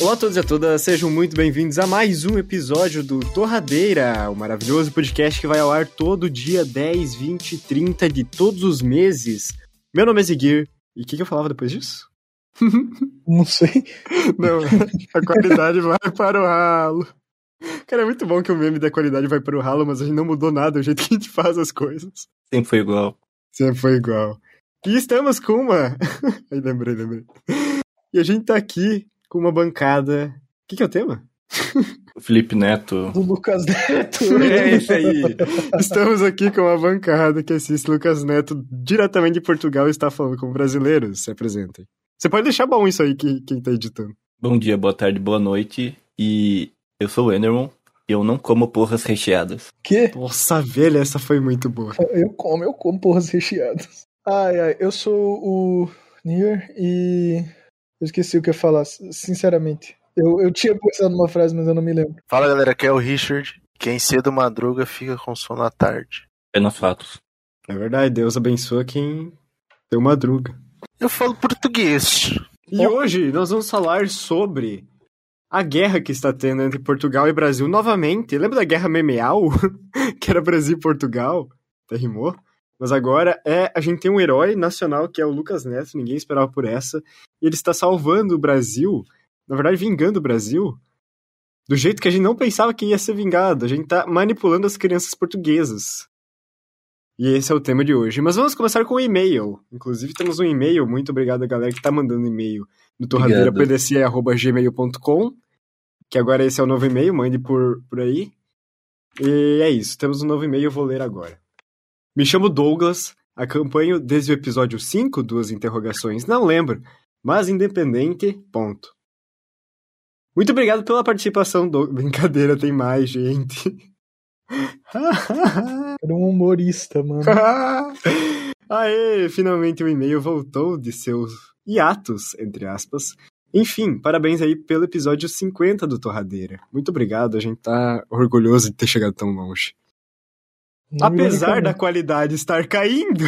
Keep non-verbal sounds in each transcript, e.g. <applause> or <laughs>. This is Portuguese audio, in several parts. Olá a todos e a todas, sejam muito bem-vindos a mais um episódio do Torradeira, o maravilhoso podcast que vai ao ar todo dia 10, 20 e 30 de todos os meses. Meu nome é Ziguir, e o que, que eu falava depois disso? Não sei. <laughs> Não, a qualidade vai para o ralo. Cara, é muito bom que o meme da qualidade vai para o ralo, mas a gente não mudou nada o jeito que a gente faz as coisas. Sempre foi igual. Sempre foi igual. E estamos com uma. <laughs> Aí lembrei, lembrei. E a gente tá aqui com uma bancada. O que, que é o tema? Felipe Neto. Do Lucas Neto. <laughs> É isso aí. Estamos aqui com uma bancada que assiste Lucas Neto diretamente de Portugal e está falando com brasileiros. Se apresentem. Você pode deixar bom isso aí que quem tá editando. Bom dia, boa tarde, boa noite. E eu sou o Enermon e eu não como porras recheadas. Quê? Nossa, velho, essa foi muito boa. Eu como, eu como porras recheadas. Ai, ai, eu sou o Nier e. Eu esqueci o que eu ia falar, sinceramente. Eu, eu tinha pensado numa frase, mas eu não me lembro. Fala galera, aqui é o Richard. Quem cedo madruga fica com sono à tarde. Apenas fatos. É verdade, Deus abençoa quem deu madruga. Eu falo português. E hoje nós vamos falar sobre a guerra que está tendo entre Portugal e Brasil novamente. Lembra da guerra memeal? <laughs> que era Brasil e Portugal? Até rimou. Mas agora é a gente tem um herói nacional que é o Lucas Neto, ninguém esperava por essa. E ele está salvando o Brasil, na verdade vingando o Brasil, do jeito que a gente não pensava que ia ser vingado. A gente está manipulando as crianças portuguesas. E esse é o tema de hoje. Mas vamos começar com o e-mail. Inclusive temos um e-mail, muito obrigado a galera que está mandando e-mail no torradeirapdc.gmail.com que agora esse é o novo e-mail, mande por, por aí. E é isso, temos um novo e-mail, eu vou ler agora. Me chamo Douglas, acompanho desde o episódio 5, duas interrogações, não lembro, mas independente, ponto. Muito obrigado pela participação, Douglas. <laughs> Brincadeira, tem mais, gente. <laughs> Era um humorista, <laughs> mano. Aê, finalmente o e-mail voltou de seus hiatos, entre aspas. Enfim, parabéns aí pelo episódio 50 do Torradeira. Muito obrigado, a gente tá orgulhoso de ter chegado tão longe. Não me Apesar lembro é. da qualidade estar caindo,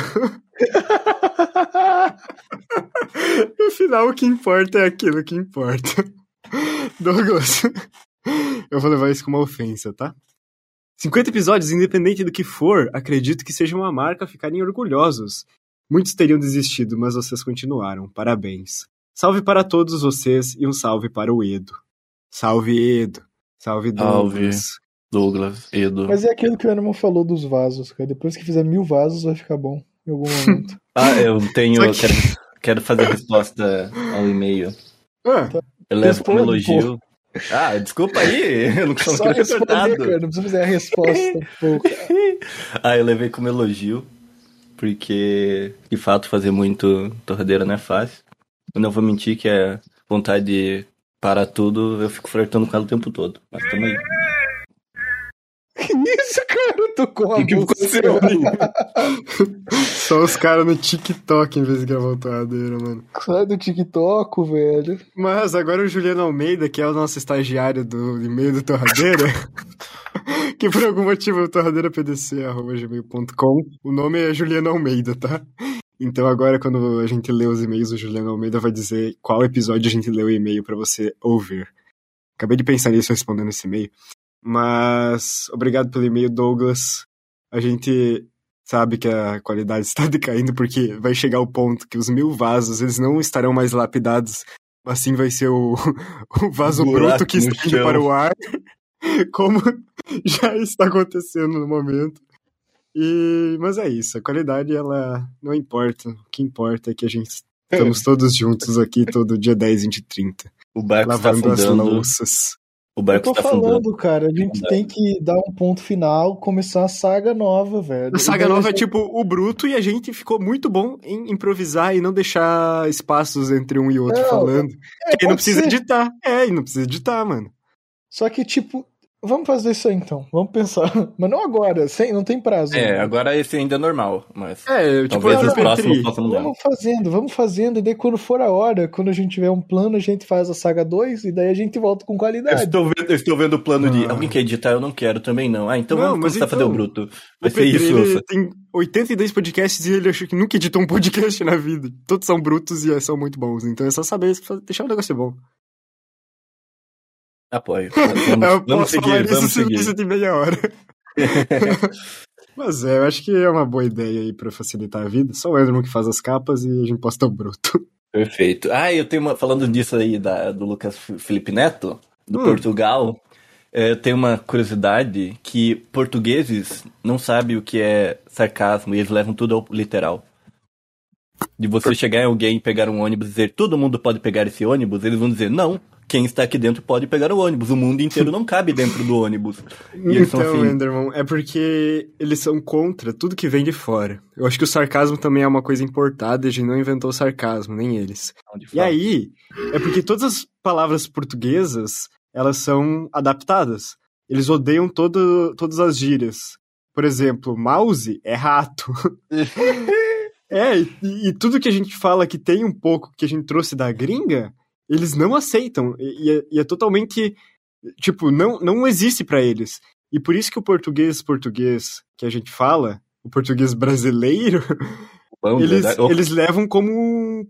no final o que importa é aquilo que importa. Douglas, eu vou levar isso como uma ofensa, tá? 50 episódios, independente do que for, acredito que seja uma marca ficarem orgulhosos. Muitos teriam desistido, mas vocês continuaram. Parabéns. Salve para todos vocês e um salve para o Edo. Salve, Edo. Salve, Salve. Douglas. Douglas, Edo. Mas é aquilo que o Animal falou dos vasos, cara. Depois que fizer mil vasos, vai ficar bom em algum momento. Ah, eu tenho. Só eu que- quero, quero fazer resposta ao e-mail. Ah, Eu levo Responde, como elogio. Ah, desculpa aí, eu <laughs> não Só consegui responder, retornado. cara. Não precisa fazer a <laughs> resposta. pô. Ah, eu levei como elogio, porque de fato fazer muito torradeira não é fácil. Eu não vou mentir que a vontade para tudo, eu fico flertando com ela o tempo todo. Mas tamo aí. Que isso, cara? Tu com a O que bolsa, aconteceu cara. Só os caras no TikTok em vez de gravar o torradeira, mano. Sai do TikTok, velho. Mas agora o Juliano Almeida, que é o nosso estagiário do e-mail do Torradeira, <laughs> que por algum motivo é o torradeirapdc.gmail.com, o nome é Juliano Almeida, tá? Então agora quando a gente lê os e-mails, o Juliano Almeida vai dizer qual episódio a gente leu o e-mail pra você ouvir. Acabei de pensar nisso respondendo esse e-mail. Mas obrigado pelo e-mail, Douglas. A gente sabe que a qualidade <laughs> está decaindo porque vai chegar o ponto que os mil vasos, eles não estarão mais lapidados Assim vai ser o, <laughs> o vaso Buraco bruto que no está indo chão. para o ar, <laughs> como <laughs> já está acontecendo no momento. E, mas é isso, a qualidade ela não importa. O que importa é que a gente estamos todos juntos aqui todo dia 10, 20 e 30, O barco está lavando as É tá afundando. louças. O Eu barco tô está afundando. falando, cara. A gente tem que dar um ponto final, começar uma saga nova, velho. A saga E daí nova é vai ser- tipo o bruto e a gente ficou muito bom em improvisar e não deixar espaços entre um e outro Não, falando. É, E não pode precisa ser. editar. É, e não precisa editar, mano. Só que, tipo, vamos fazer isso aí então. Vamos pensar. <laughs> Mas não agora, sem, não tem prazo. É, agora esse ainda é normal, mas É, tipo, talvez eu os não próximos possam mudar. Vamos fazendo, vamos fazendo, e daí quando for a hora, quando a gente tiver um plano, a gente faz a saga 2 e daí a gente volta com Eu qualidade. estou, vendo, eu estou vendo o plano de Ah. alguém quer editar, eu não quero também não. Ah, então Não, vamos mas começar a fazer o então, bruto. Vai o ser Pedro, isso, ele Ufa. tem 82 podcasts e ele achou que nunca editou um podcast na vida. Todos são brutos e é, são muito bons. Então é só saber fa- deixar o negócio bom. Apoio. <laughs> Vamos, É, eu vamos posso falar seguir, isso vamos se seguir. isso de meia <laughs> hora. Mas é, eu acho que é uma boa ideia aí pra facilitar a vida. Só o Enderman que faz as capas e a gente posta o bruto. Perfeito. Ah, eu tenho uma. Falando disso aí da, do Lucas F- Felipe Neto, do Hum. Portugal, eh, eu tenho uma curiosidade que portugueses não sabem o que é sarcasmo e eles levam tudo ao literal. De você chegar em alguém e pegar um ônibus e dizer todo mundo pode pegar esse ônibus, eles vão dizer não. Quem está aqui dentro pode pegar o ônibus. O mundo inteiro não cabe dentro do ônibus. E eles são então, assim. Enderman, é porque eles são contra tudo que vem de fora. Eu acho que o sarcasmo também é uma coisa importada e a gente não inventou o sarcasmo, nem eles. E aí, é porque todas as palavras portuguesas, elas são adaptadas. Eles odeiam todo, todas as gírias. Por exemplo, mouse é rato. é, e, e tudo que a gente fala que tem um pouco que a gente trouxe da gringa, eles não aceitam. E, e é, e é totalmente, tipo, não, não existe pra eles. E por isso que o português português que a gente fala, o português brasileiro, Bom, eles, verdade. Oh, eles levam como um-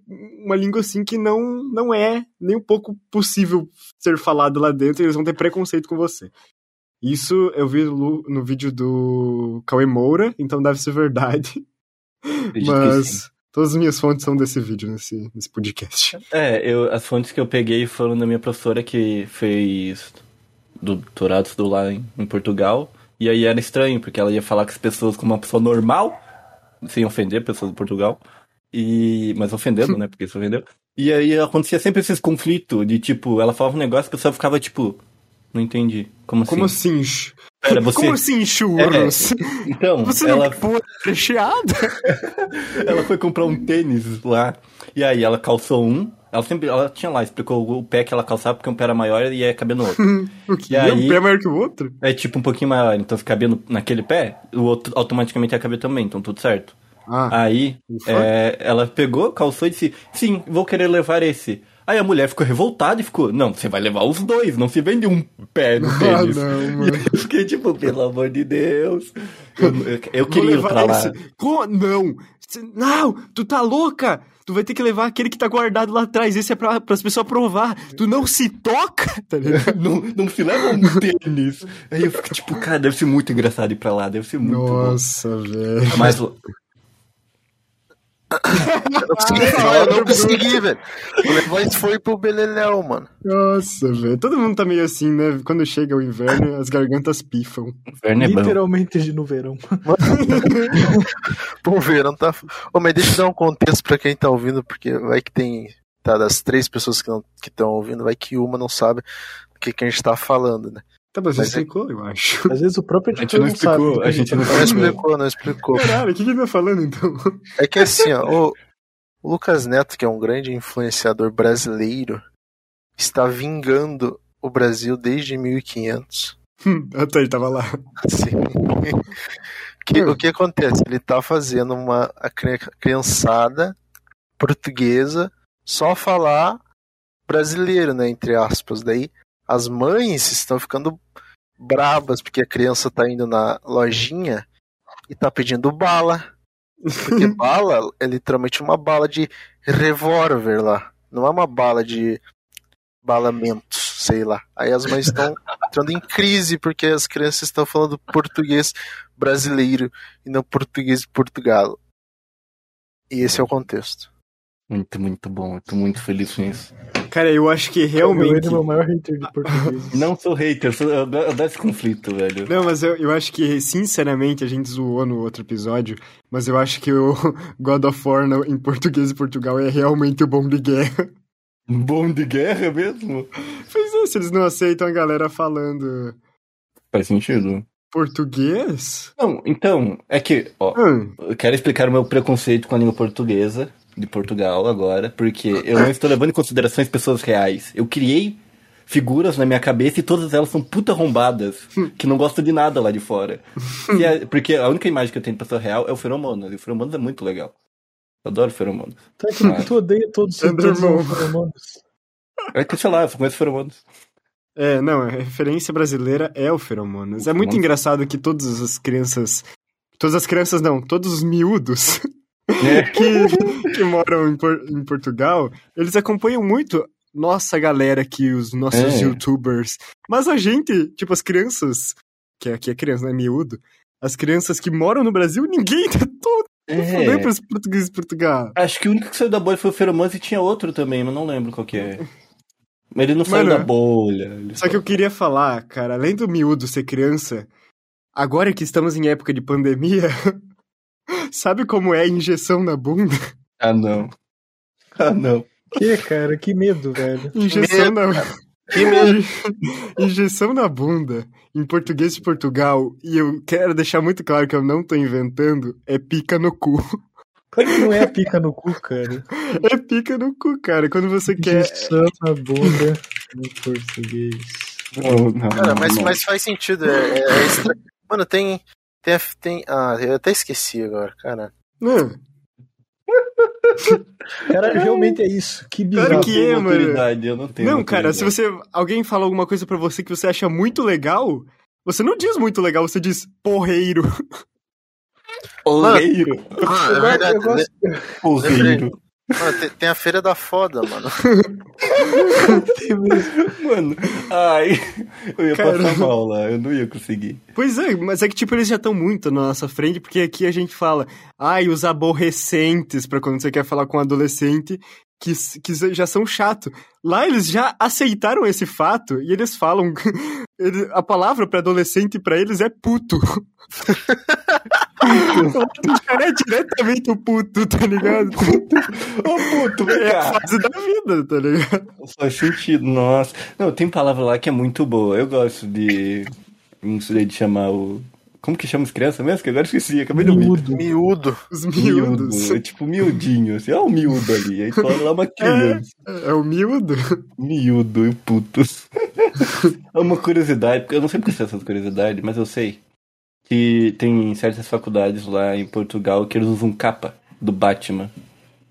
uma língua assim que não, não é nem um pouco possível ser falado lá dentro, eles vão ter preconceito com você. Isso eu vi no, no vídeo do Cauê Moura, então deve ser verdade. <laughs> acredito que sim. Mas todas as minhas fontes são desse vídeo, nesse, nesse podcast. É, eu, as fontes que eu peguei foram da minha professora que fez doutorado, estudou lá em, em Portugal. E aí era estranho, porque ela ia falar com as pessoas como uma pessoa normal, sem ofender pessoas de Portugal. E, mas ofendendo, né? Porque se ofendeu. E aí acontecia sempre esses conflitos de tipo, ela falava um negócio e a pessoa ficava tipo, não entendi. Como, Como assim? assim? chu- Pera, você- Como assim, churros? Então, Você ela, não pôde recheado? ela foi comprar um tênis lá. E aí ela calçou um. Ela sempre, ela tinha lá, explicou o pé que ela calçava, porque um pé era maior e ia caber no outro. O que? <laughs> E é Um aí- pé maior que o outro? É tipo um pouquinho maior, então se cabia no- naquele pé, o outro automaticamente ia caber também, então tudo certo. Ah, Aí ufa. é, ela pegou, calçou e disse, sim, vou querer levar esse. Aí a mulher ficou revoltada e ficou, não, você vai levar os dois, não se vende um pé no ah tênis. não, <laughs> E mano. aí eu fiquei tipo, pelo amor de Deus. Eu, eu- eu Vou queria ir pra lá. esse. Co- Não! Cê- Não! Tu tá louca! Tu vai ter que levar aquele que tá guardado lá atrás. Esse é pra, pras pessoas provar. Tu não se toca! <laughs> Tá ligado? <laughs> Não, não se leva um tênis. Aí eu fico tipo, cara, deve ser muito engraçado ir pra lá, deve ser muito Nossa, velho. bom. Mas o- Eu não consegui, <laughs> eu não consegui, velho. O Levante foi pro Beleléu, mano. Nossa, velho. Todo mundo tá meio assim, né? Quando chega o inverno, as gargantas pifam. o inverno é bom. Literalmente de no verão. Pô, verão tá. Ô, mas deixa eu dar um contexto pra quem tá ouvindo, porque vai que tem. Tá, das três pessoas que estão que tão ouvindo, vai que uma não sabe do que, que a gente tá falando, né? Tá, mas você Mas é- explicou, eu acho. <laughs> Às vezes o próprio A gente editor não explicou, sabe. a <laughs> gente não Não explicou. explicou, não explicou. Caralho, o que que ele tá falando então? <laughs> É que assim, ó, o o Lucas Neto, que é um grande influenciador brasileiro, está vingando o Brasil desde 1500. Hum, ah, tá, ele tava lá. <laughs> Assim. Que- o que acontece? Ele tá fazendo uma a cri- criançada portuguesa só falar brasileiro, né? Entre aspas. Daí as mães estão ficando brabas porque a criança tá indo na lojinha e tá pedindo bala. Porque bala é literalmente uma bala de revólver lá. Não é uma bala de balamentos, sei lá. Aí as mães estão entrando em crise porque as crianças estão falando português brasileiro e não português de Portugal. E esse é o contexto. Muito, muito bom. Eu tô muito feliz com isso. Cara, eu acho que Eu realmente. era é o meu maior hater de português. <laughs> Não sou hater, sou, eu, adoro- eu adoro esse conflito, velho. Não, mas eu, eu acho que, sinceramente, a gente zoou no outro episódio, mas eu acho que o <laughs> God of War no- em português e Portugal é realmente o bom de guerra. <laughs> Bom de guerra mesmo? Pois é, se eles não aceitam a galera falando Faz sentido. português? Não, então, é que, ó, Hum, eu quero explicar o meu preconceito com a língua portuguesa de Portugal agora, porque eu não estou levando em consideração as pessoas reais. Eu criei figuras na minha cabeça e todas elas são puta arrombadas, que não gostam de nada lá de fora. E é- porque a única imagem que eu tenho de pessoa real é o Feromonas, e o Feromonas é muito legal. Eu adoro Feromonas. Tá aquilo que tu odeia todos os Enderman. humanos. É que, sei lá, eu só conheço Feromonas. é, não, a referência brasileira é o Feromonas. É muito Feromonas. engraçado que todas as crianças. Todas as crianças não, todos os miúdos É. que, que moram em, Por- em Portugal, eles acompanham muito nossa galera aqui, os nossos É. youtubers. Mas a gente, tipo, as crianças, que aqui é criança, né? Miúdo. As crianças que moram no Brasil, ninguém <laughs> tá todo É. fudendo pros portugueses de Portugal. Acho que o único que saiu da bolha foi o Feromônio e tinha outro também, mas não lembro qual que é. Mas ele não saiu Mano, da bolha. ele Só que eu queria falar, cara, além do miúdo ser criança, agora que estamos em época de pandemia, <laughs> sabe como é injeção na bunda? Ah, não. Ah, não. Que, cara, que medo, velho. Injeção na <laughs> Que medo. Injeção na bunda, em português de Portugal, e eu quero deixar muito claro que eu não tô inventando, é pica no cu. <laughs> Não é pica no cu, cara. É pica no cu, cara, quando você quer. Injeção na bunda em português. Não, não, Cara, mas, não. mas faz sentido. É, é extra... Mano, tem, tem, a- tem. Ah, eu até esqueci agora, cara. Não, Cara, realmente é isso. Que Eu Claro não bizarro. que tenho é, mano. maturidade, eu não tenho não cara, maturidade. se você. Alguém fala alguma coisa pra você que você acha muito legal, você não diz muito legal, você diz porreiro. Oleiro. Mano, é Eu gosto- verdade. eu gosto- Oleiro. né? Mano, tem, tem a feira da foda, mano. Mano, ai. Eu ia Cara. passar mal lá, eu não ia conseguir. Pois é, mas é que, tipo, eles já estão muito na nossa frente, porque aqui a gente fala, ai, os aborrecentes, pra quando você quer falar com um adolescente, que, s- que s- já são chato. Lá eles já aceitaram esse fato e eles falam. <laughs> ele- a palavra pra adolescente pra eles é puto. <laughs> Puto. já é diretamente o puto, tá ligado? Ô, puto, vem É a cá. fase da vida, tá ligado? Faz sentido, nossa. Não, tem palavra lá que é muito boa. Eu gosto de. Não sei de chamar o. Como que chama as crianças mesmo? Que agora eu esqueci, acabei de ouvir. Miúdo. Miúdo. Os Miúdo. miúdos. É tipo miudinho, assim. Olha o miúdo ali. Aí fala lá uma criança. É o miúdo? Miúdo e puto. é uma curiosidade, porque eu não sei porque tem essas curiosidades, mas eu sei que tem certas faculdades lá em Portugal que eles usam capa do Batman.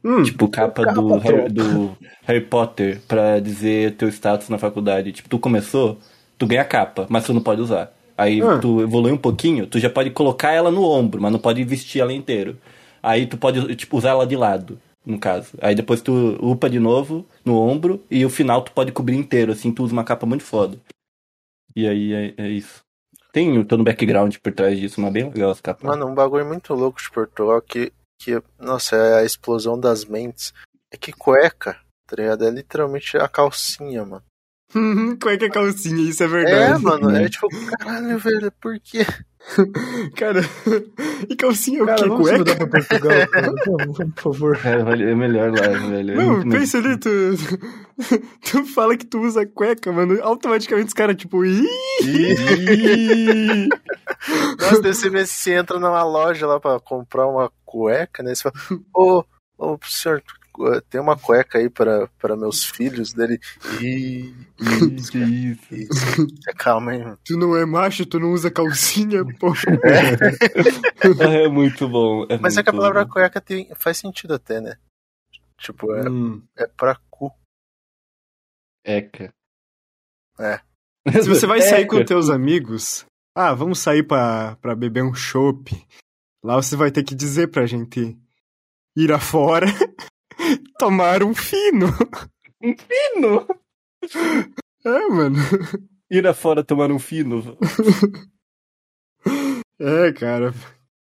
Hum, <laughs> Tipo, capa, Capa, do, Harry, do Harry Potter pra dizer teu status na faculdade. Tipo, tu começou, tu ganha a capa, mas tu não pode usar. Aí Ah. tu evolui um pouquinho, tu já pode colocar ela no ombro, mas não pode vestir ela inteiro. Aí tu pode, tipo, usar ela de lado, no caso. Aí depois tu upa de novo no ombro e o final tu pode cobrir inteiro, assim, tu usa uma capa muito foda. E aí é, é isso. Tem todo um background por trás disso, mas é bem legal as capas. Mano, um bagulho muito louco de Portugal que. que nossa, é a explosão das mentes. É que cueca, tá ligado? É literalmente a calcinha, mano. <laughs> Como é que é calcinha? Isso é verdade. É, <laughs> mano. né? É tipo, caralho, velho, por quê? Cara, <laughs> e calcinha é o Cara, quê? vamos se Cueca? mudar pra Portugal, cara. Vamos, por favor. Cara, vale- é melhor lá, velho. É Não, muito melhor. pensa ali, tu... <laughs> tu fala que tu usa cueca, mano, automaticamente os caras, tipo, ih, Ih! Nossa, deve ser mesmo se você entra numa loja lá pra comprar uma cueca, né? Você fala, ô, ô, senhor, eh, tem uma cueca aí pra, pra meus filhos dele. Ih, que isso. ih, calma aí, mano. tu não é macho, tu não usa calcinha, <laughs> pô. É muito bom. é Mas é muito que a palavra bom. cueca tem- faz sentido até, né? Tipo, Hum. é, Hum. é pra cu. Eca. É. Se você vai sair com Eca. teus amigos, ah, vamos sair pra, pra beber um chopp, lá você vai ter que dizer pra gente ir afora, <laughs> tomar um fino. Fino. É, mano. Ir afora tomar um fino. É, cara.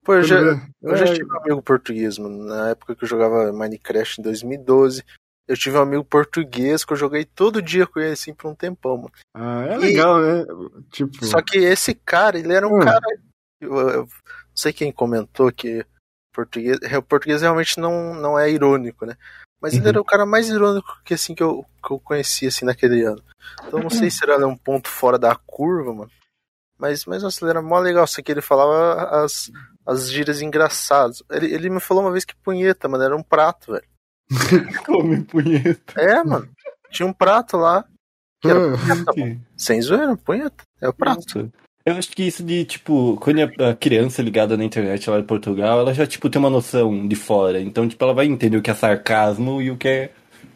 Pô, eu já, eu já É, tive um amigo português, mano. Na época que eu jogava Minecraft em 2012, eu tive um amigo português que eu joguei todo dia com ele, assim, por um tempão, mano. ah, é E- legal, né? Tipo... Só que esse cara, ele era um Hum. cara. eu- eu não sei quem comentou que português, é, o português realmente não, não é irônico, né? Mas ele Uhum. era o cara mais irônico que, assim, que, eu, que eu conheci assim, naquele ano. Então não Uhum. sei se ele era um ponto fora da curva, mano. Mas, mas nossa, ele era mó legal, só que ele falava as, as gírias engraçadas. Ele, ele me falou uma vez que punheta, mano, era um prato, velho. Come um punheta. <laughs> É, mano. Tinha um prato lá, que era Ah. punheta, mano. Sem zoeira, punheta. É o prato. Nossa. Eu acho que isso de, tipo, quando a a criança ligada na internet lá de Portugal, ela já, tipo, tem uma noção de fora. Então, tipo, ela vai entender o que é sarcasmo e o que é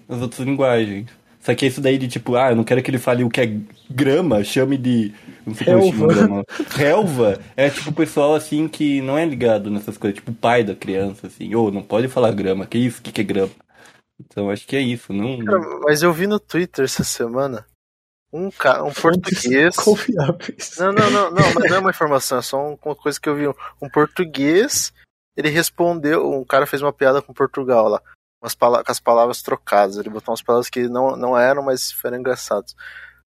as outras linguagens. Só que é isso daí de, tipo, ah, eu não quero que ele fale o que é grama, chame de... Não sei como chama Relva. grama. Relva é, tipo, o pessoal, assim, que não é ligado nessas coisas. Tipo, o pai da criança, assim. Ô, não pode falar grama. Que isso? Que que é grama? Então acho que é isso, não. Cara, mas eu vi no Twitter essa semana um, ca... um português. Confiáveis. Não, não, não, não, mas não é uma informação, é só um- uma coisa que eu vi. Um, um português, ele respondeu, um cara fez uma piada com Portugal lá, umas pala com as palavras trocadas. Ele botou umas palavras que não, não eram, mas foram engraçadas.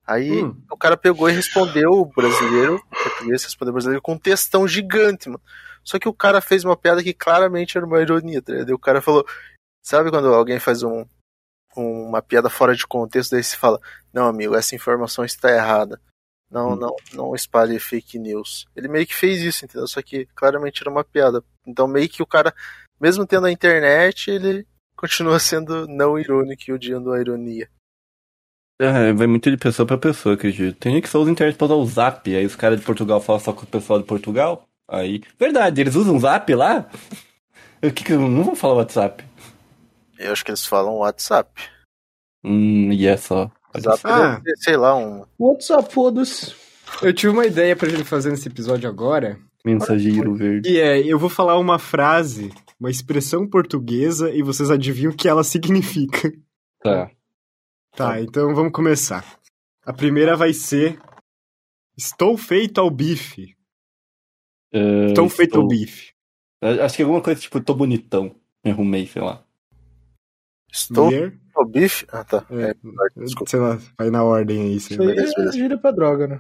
Aí Hum. o cara pegou e respondeu o brasileiro, o português respondeu o brasileiro com um textão gigante, mano. Só que o cara fez uma piada que claramente era uma ironia, tá ligado? E O cara falou, sabe quando alguém faz um, uma piada fora de contexto, daí se fala, não, amigo, essa informação está errada. Não, Hum. não, não espalhe fake news. Ele meio que fez isso, entendeu? Só que claramente era uma piada. Então meio que o cara, mesmo tendo a internet, ele continua sendo não irônico e odiando a ironia. É, vai muito de pessoa pra pessoa, acredito. Tem gente que só usa a internet pra usar o zap, aí os caras de Portugal falam só com o pessoal de Portugal. Aí. Verdade, eles usam o zap lá? O que que eu não vou falar WhatsApp? Eu acho que eles falam WhatsApp. Hum, e é só. WhatsApp Ah. deve ser, sei lá, um. WhatsApp, foda-se. Eu tive uma ideia pra gente fazer nesse episódio agora. Mensageiro verde. E é, eu vou falar uma frase, uma expressão portuguesa, e vocês adivinham o que ela <laughs> significa. Tá. Tá, então vamos começar. A primeira vai ser. Estou feito ao bife. Eh, Estou feito ao bife. Acho que alguma coisa tipo, tô bonitão. Me arrumei, sei lá. Estou Mulher? ao bife? Ah, tá. É. É, desculpa. Sei lá, vai na ordem aí. Você Isso vai... aí beleza, é beleza. gíria pra droga, né?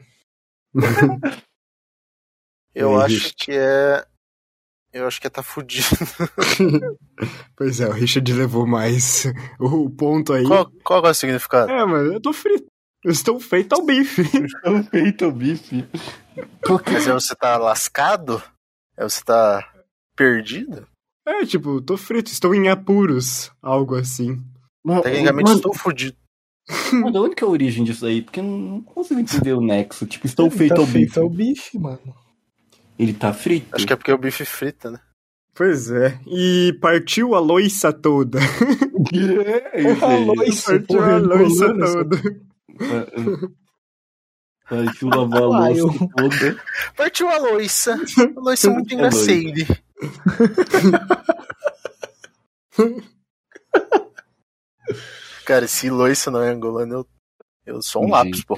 Eu Não acho existe. que é. Eu acho que é tá fudido. Pois é, o Richard levou mais <laughs> o ponto aí. Qual, qual é o significado? É, mano, eu tô frito. Eu estou feito ao bife. Estou feito ao bife. Quer dizer, você tá lascado? É você tá perdido? É, tipo, tô frito, estou em apuros. Algo assim. Mano, Tecnicamente mano, estou fudido. mano, onde que é a origem disso aí? Porque eu não consigo entender o nexo. Tipo, estou Ele feito tá ao bife. Feito ao bife, mano. Ele tá frito. <laughs> Acho que é porque é o bife frita, né? Pois é. E partiu a loiça toda. é isso aí. Aloysio, <laughs> partiu porra, a ele né, loiça colou nessa- toda. Partiu lavar ah. a louça Uai, eu- toda. Partiu a Loiça. A Loiça é muito A Loiça. engraçada. Cara, se Loiça não é angolano, eu, eu sou um Gente. lápis, pô.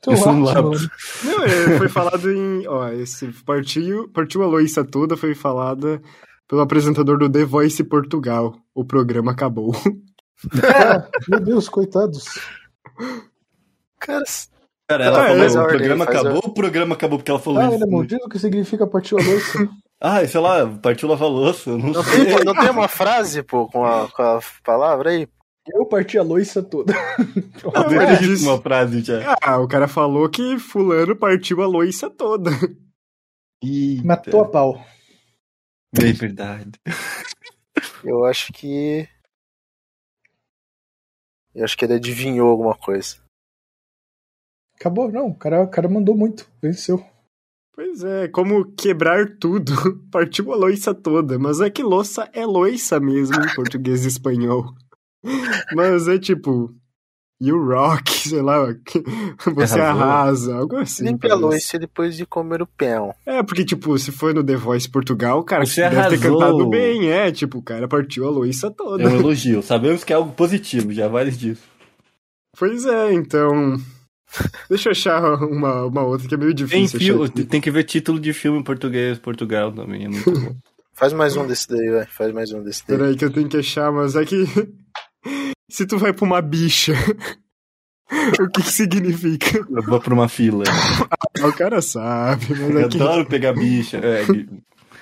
Tô Isso é um ótimo, lápis. mano. Não, é, foi falado em. Ó, esse partiu, partiu a Loiça toda foi falada pelo apresentador do The Voice Portugal. O programa acabou. <laughs> Ah, Meu Deus, coitados. Cara, Cara, Tá, ela é, falou, faz o a ordem, programa faz a acabou, o programa acabou porque ela falou Ah, isso. ele maldito o que significa partiu a louça. Ah, sei lá, partiu lavar a louça. eu Não não sei. tem, pô, não tem uma frase, pô, com a, com a palavra aí? Eu parti a louça toda. Não, Eu é disse isso. uma frase é. já. Ah, o cara falou que fulano partiu a Loiça toda. Eita. Matou a pau. É verdade. Eu acho que. Eu acho que ele adivinhou alguma coisa. Acabou, não. O cara, o cara mandou muito. Venceu. Pois é, como quebrar tudo. <laughs> Partiu a Loiça toda. Mas é que louça é loiça mesmo em português e espanhol. <laughs> Mas é tipo. You rock, <laughs> sei lá, que- você Arrasou. arrasa, algo assim. Limpe a parece. Loiça depois de comer o pão. É, porque, tipo, se foi no The Voice Portugal, cara, Você deve ter arrasou. cantado bem, é. Tipo, o cara partiu a Loiça toda. É um elogio. Sabemos que é algo positivo, já vale disso. Pois é, então. <laughs> Deixa eu achar uma, uma outra que é meio Tem, difícil. fio- achar aqui. tem que ver título de filme em português, Portugal também. É muito bom. Faz mais um desse daí, vai. Faz mais um desse <laughs> daí. Peraí, que eu tenho que achar, mas é que. <laughs> se tu vai pra uma bicha. <laughs> o que que significa? <laughs> Ah, Eu vou pra uma fila. O cara sabe, mas Eu é que. adoro pegar bicha. É,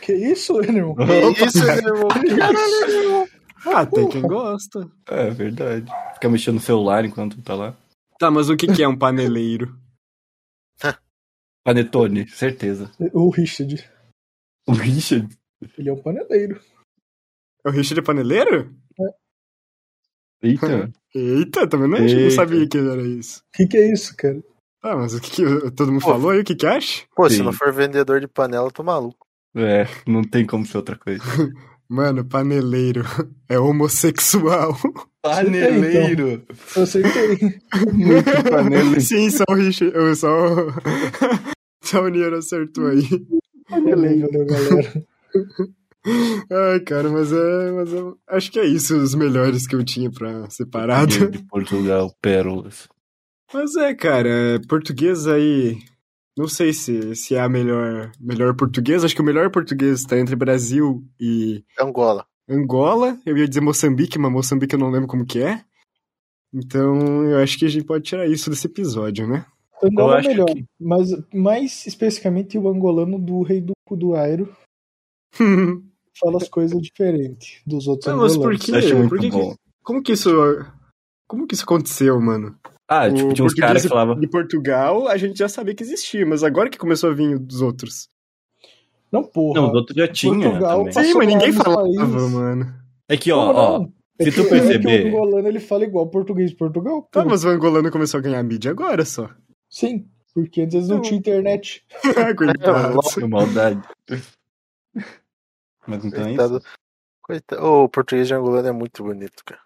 Que isso, Enel? Que É isso, irmão? Caralho, irmão. Ah, tem quem gosta. é verdade. Fica mexendo no celular enquanto tá lá. Tá, mas o que que é um paneleiro? Panetone, certeza. O Richard. O Richard. Ele é um paneleiro. É o Richard paneleiro? Eita. Eita, também não, não Então. Eita. sabia que era isso. O que, que é isso, cara? Ah, mas o que, que todo mundo Pô. falou aí? O que que acha? Pô, se Sim. não for vendedor de panela, eu tô maluco. É, não tem como ser outra coisa. Mano, paneleiro <laughs> é homossexual. Paneleiro. Eu sei que tem. <laughs> Muito paneleiro. Sim, só o Richard. eu Só, o- <laughs> só o Nier acertou aí. Paneleiro, né, galera? Ai, cara, mas é. Mas é- acho que é isso os melhores que eu tinha pra separado. De Portugal, pérolas. <laughs> Mas é, cara, é, português aí. Não sei se, se é a melhor, melhor português. Acho que o melhor português tá entre Brasil e Angola. Angola. Eu ia dizer Moçambique, mas Moçambique eu não lembro como que é. Então, eu acho que a gente pode tirar isso desse episódio, né? <laughs> Angola é acho melhor, que- mas mais especificamente o angolano do rei do cu do Airo fala as coisas diferentes dos outros Não, mas angolanos. por quê? Eu acho muito Por que que- bom. Como que isso. Como que isso aconteceu, mano? Ah, O tipo, tinha uns português é caras que falavam. De Portugal, a gente já sabia que existia, mas agora que começou a vir dos outros. Não, porra. Não, os outros já tinha Portugal também. passou Sim, mas ninguém lá nos falava, países. mano. É que, ó, Não, ó, não. se que- tu perceber- É que o angolano ele fala igual português de Portugal. pô. Tá, mas o angolano começou a ganhar mídia agora só. <laughs> Sim, porque antes eles não Não. tinham internet. Coitado. Foi maldade. Mas então é isso. Coitado. Coitado. Ô, o português de angolano é muito bonito, cara.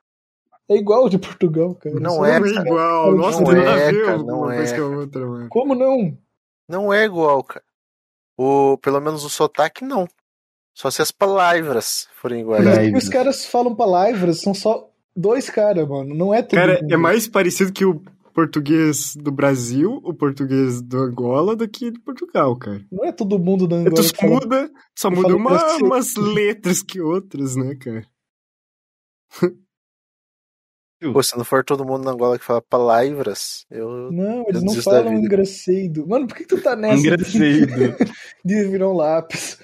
É igual o de Portugal, cara. Não Isso é, Não é cara. igual. Não Nossa, é, tem nada a ver cara, uma não coisa é, que a outra, mano. Como não? Não é igual, cara. O, pelo menos o sotaque, não. Só se as palavras forem iguais. Mas Pra porque eles. os caras falam palavras, são só dois caras, mano. Não é todo Cara, mundo. é mais parecido que o português do Brasil, o português do Angola, do que do Portugal, cara. Não é todo mundo da Angola tu que só fala muda, só eu muda falo uma- brasileiro. umas letras que outras, né, cara? Pô, se não for todo mundo na Angola que fala palavras, eu. Não, eles não Eu desisto da falam vida. engracedo. Mano, por que tu tá nessa de, Engraçado. de virar um lápis?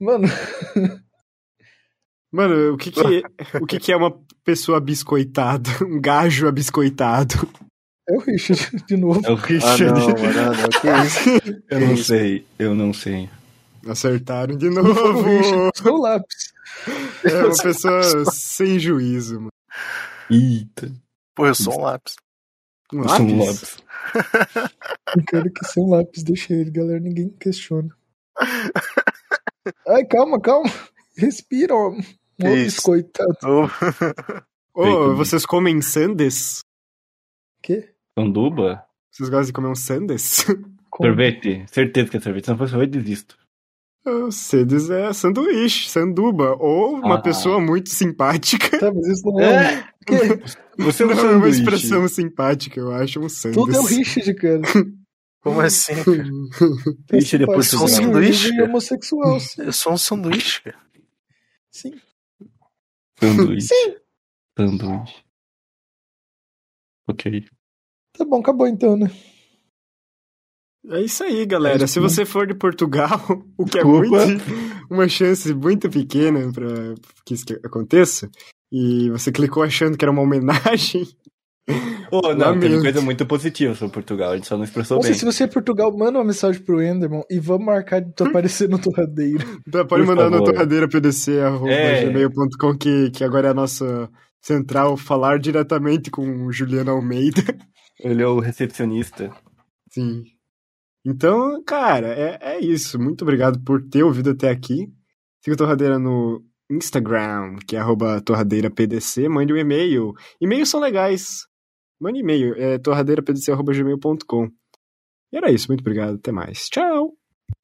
Mano, <laughs> Mano, o que <laughs> que, o que que é uma pessoa biscoitada? <laughs> Um gajo abiscoitado? é o Richard de <laughs> novo. É o Ah, Richard. não, mano, ah, não, que isso? eu não sei, eu não sei. Acertaram <laughs> de Não foi o novo. Richard, foi o lápis. É uma pessoa sem juízo, mano. Eita, Pô, eu sou um lápis. Um eu sou um lápis? lápis. Eu quero que sem lápis, deixa ele, galera. Ninguém questiona. Ai, calma, calma. Respira, ó. Um Que Lápis, isso? coitado. Ô, Ô, Bacon. vocês comem sandes? Quê? um Sanduba? Vocês gostam de comer um sandes? <laughs> Como? Sorvete. Certeza que é sorvete. Se não for sorvete, desisto. Ah, Sandes é sanduíche, sanduba. Ou uma Ah. pessoa muito simpática. Tá, mas isso não é. um- <laughs> Quê? Você <laughs> Não, não é é uma sanduíche. expressão simpática, eu acho, um sandes. Tudo é o Richard, cara. Como assim? Richard é Essa português. parte Um sanduíche? é homossexual, Eu sou um sanduíche, cara. sim. um Sanduíche. Sim. Sanduíche. Ok. Tá bom, acabou então, né? É isso aí, galera. Se você for de Portugal, <laughs> o que é Desculpa. muito, uma chance muito pequena para que isso que aconteça, e você clicou achando que era uma homenagem, Oh, não, Lamento. teve coisa muito positiva sobre Portugal. A gente só não expressou Nossa, bem. se você é Portugal, manda uma mensagem pro Enderman e vamos marcar de tu aparecer no torradeiro. Então, pode Por mandar na favor. torradeira É. pdc.gmail.com, que, que agora é a nossa central, falar diretamente com o Juliano Almeida. <laughs> Ele é o recepcionista. Sim. Então, cara, é, é isso. Muito obrigado por ter ouvido até aqui. Siga a Torradeira no Instagram, que é arroba torradeirapdc. Mande um e-mail. E-mails são legais. Mande e-mail. É torradeirapdc.gmail.com. E era isso. Muito obrigado. Até mais. Tchau.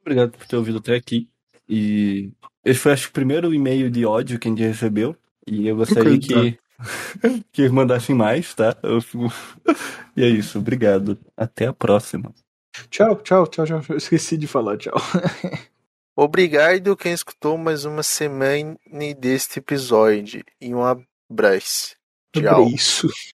Obrigado por ter ouvido até aqui. E esse foi, acho, o primeiro e-mail de ódio que a gente recebeu. E eu gostaria que, <laughs> que mandassem mais, tá? Eu fico- <laughs> E é isso. Obrigado. Até a próxima. Tchau, tchau, tchau, tchau. Eu esqueci de falar, tchau. Obrigado quem escutou mais uma semana deste episódio. E um abraço. Tchau. Isso.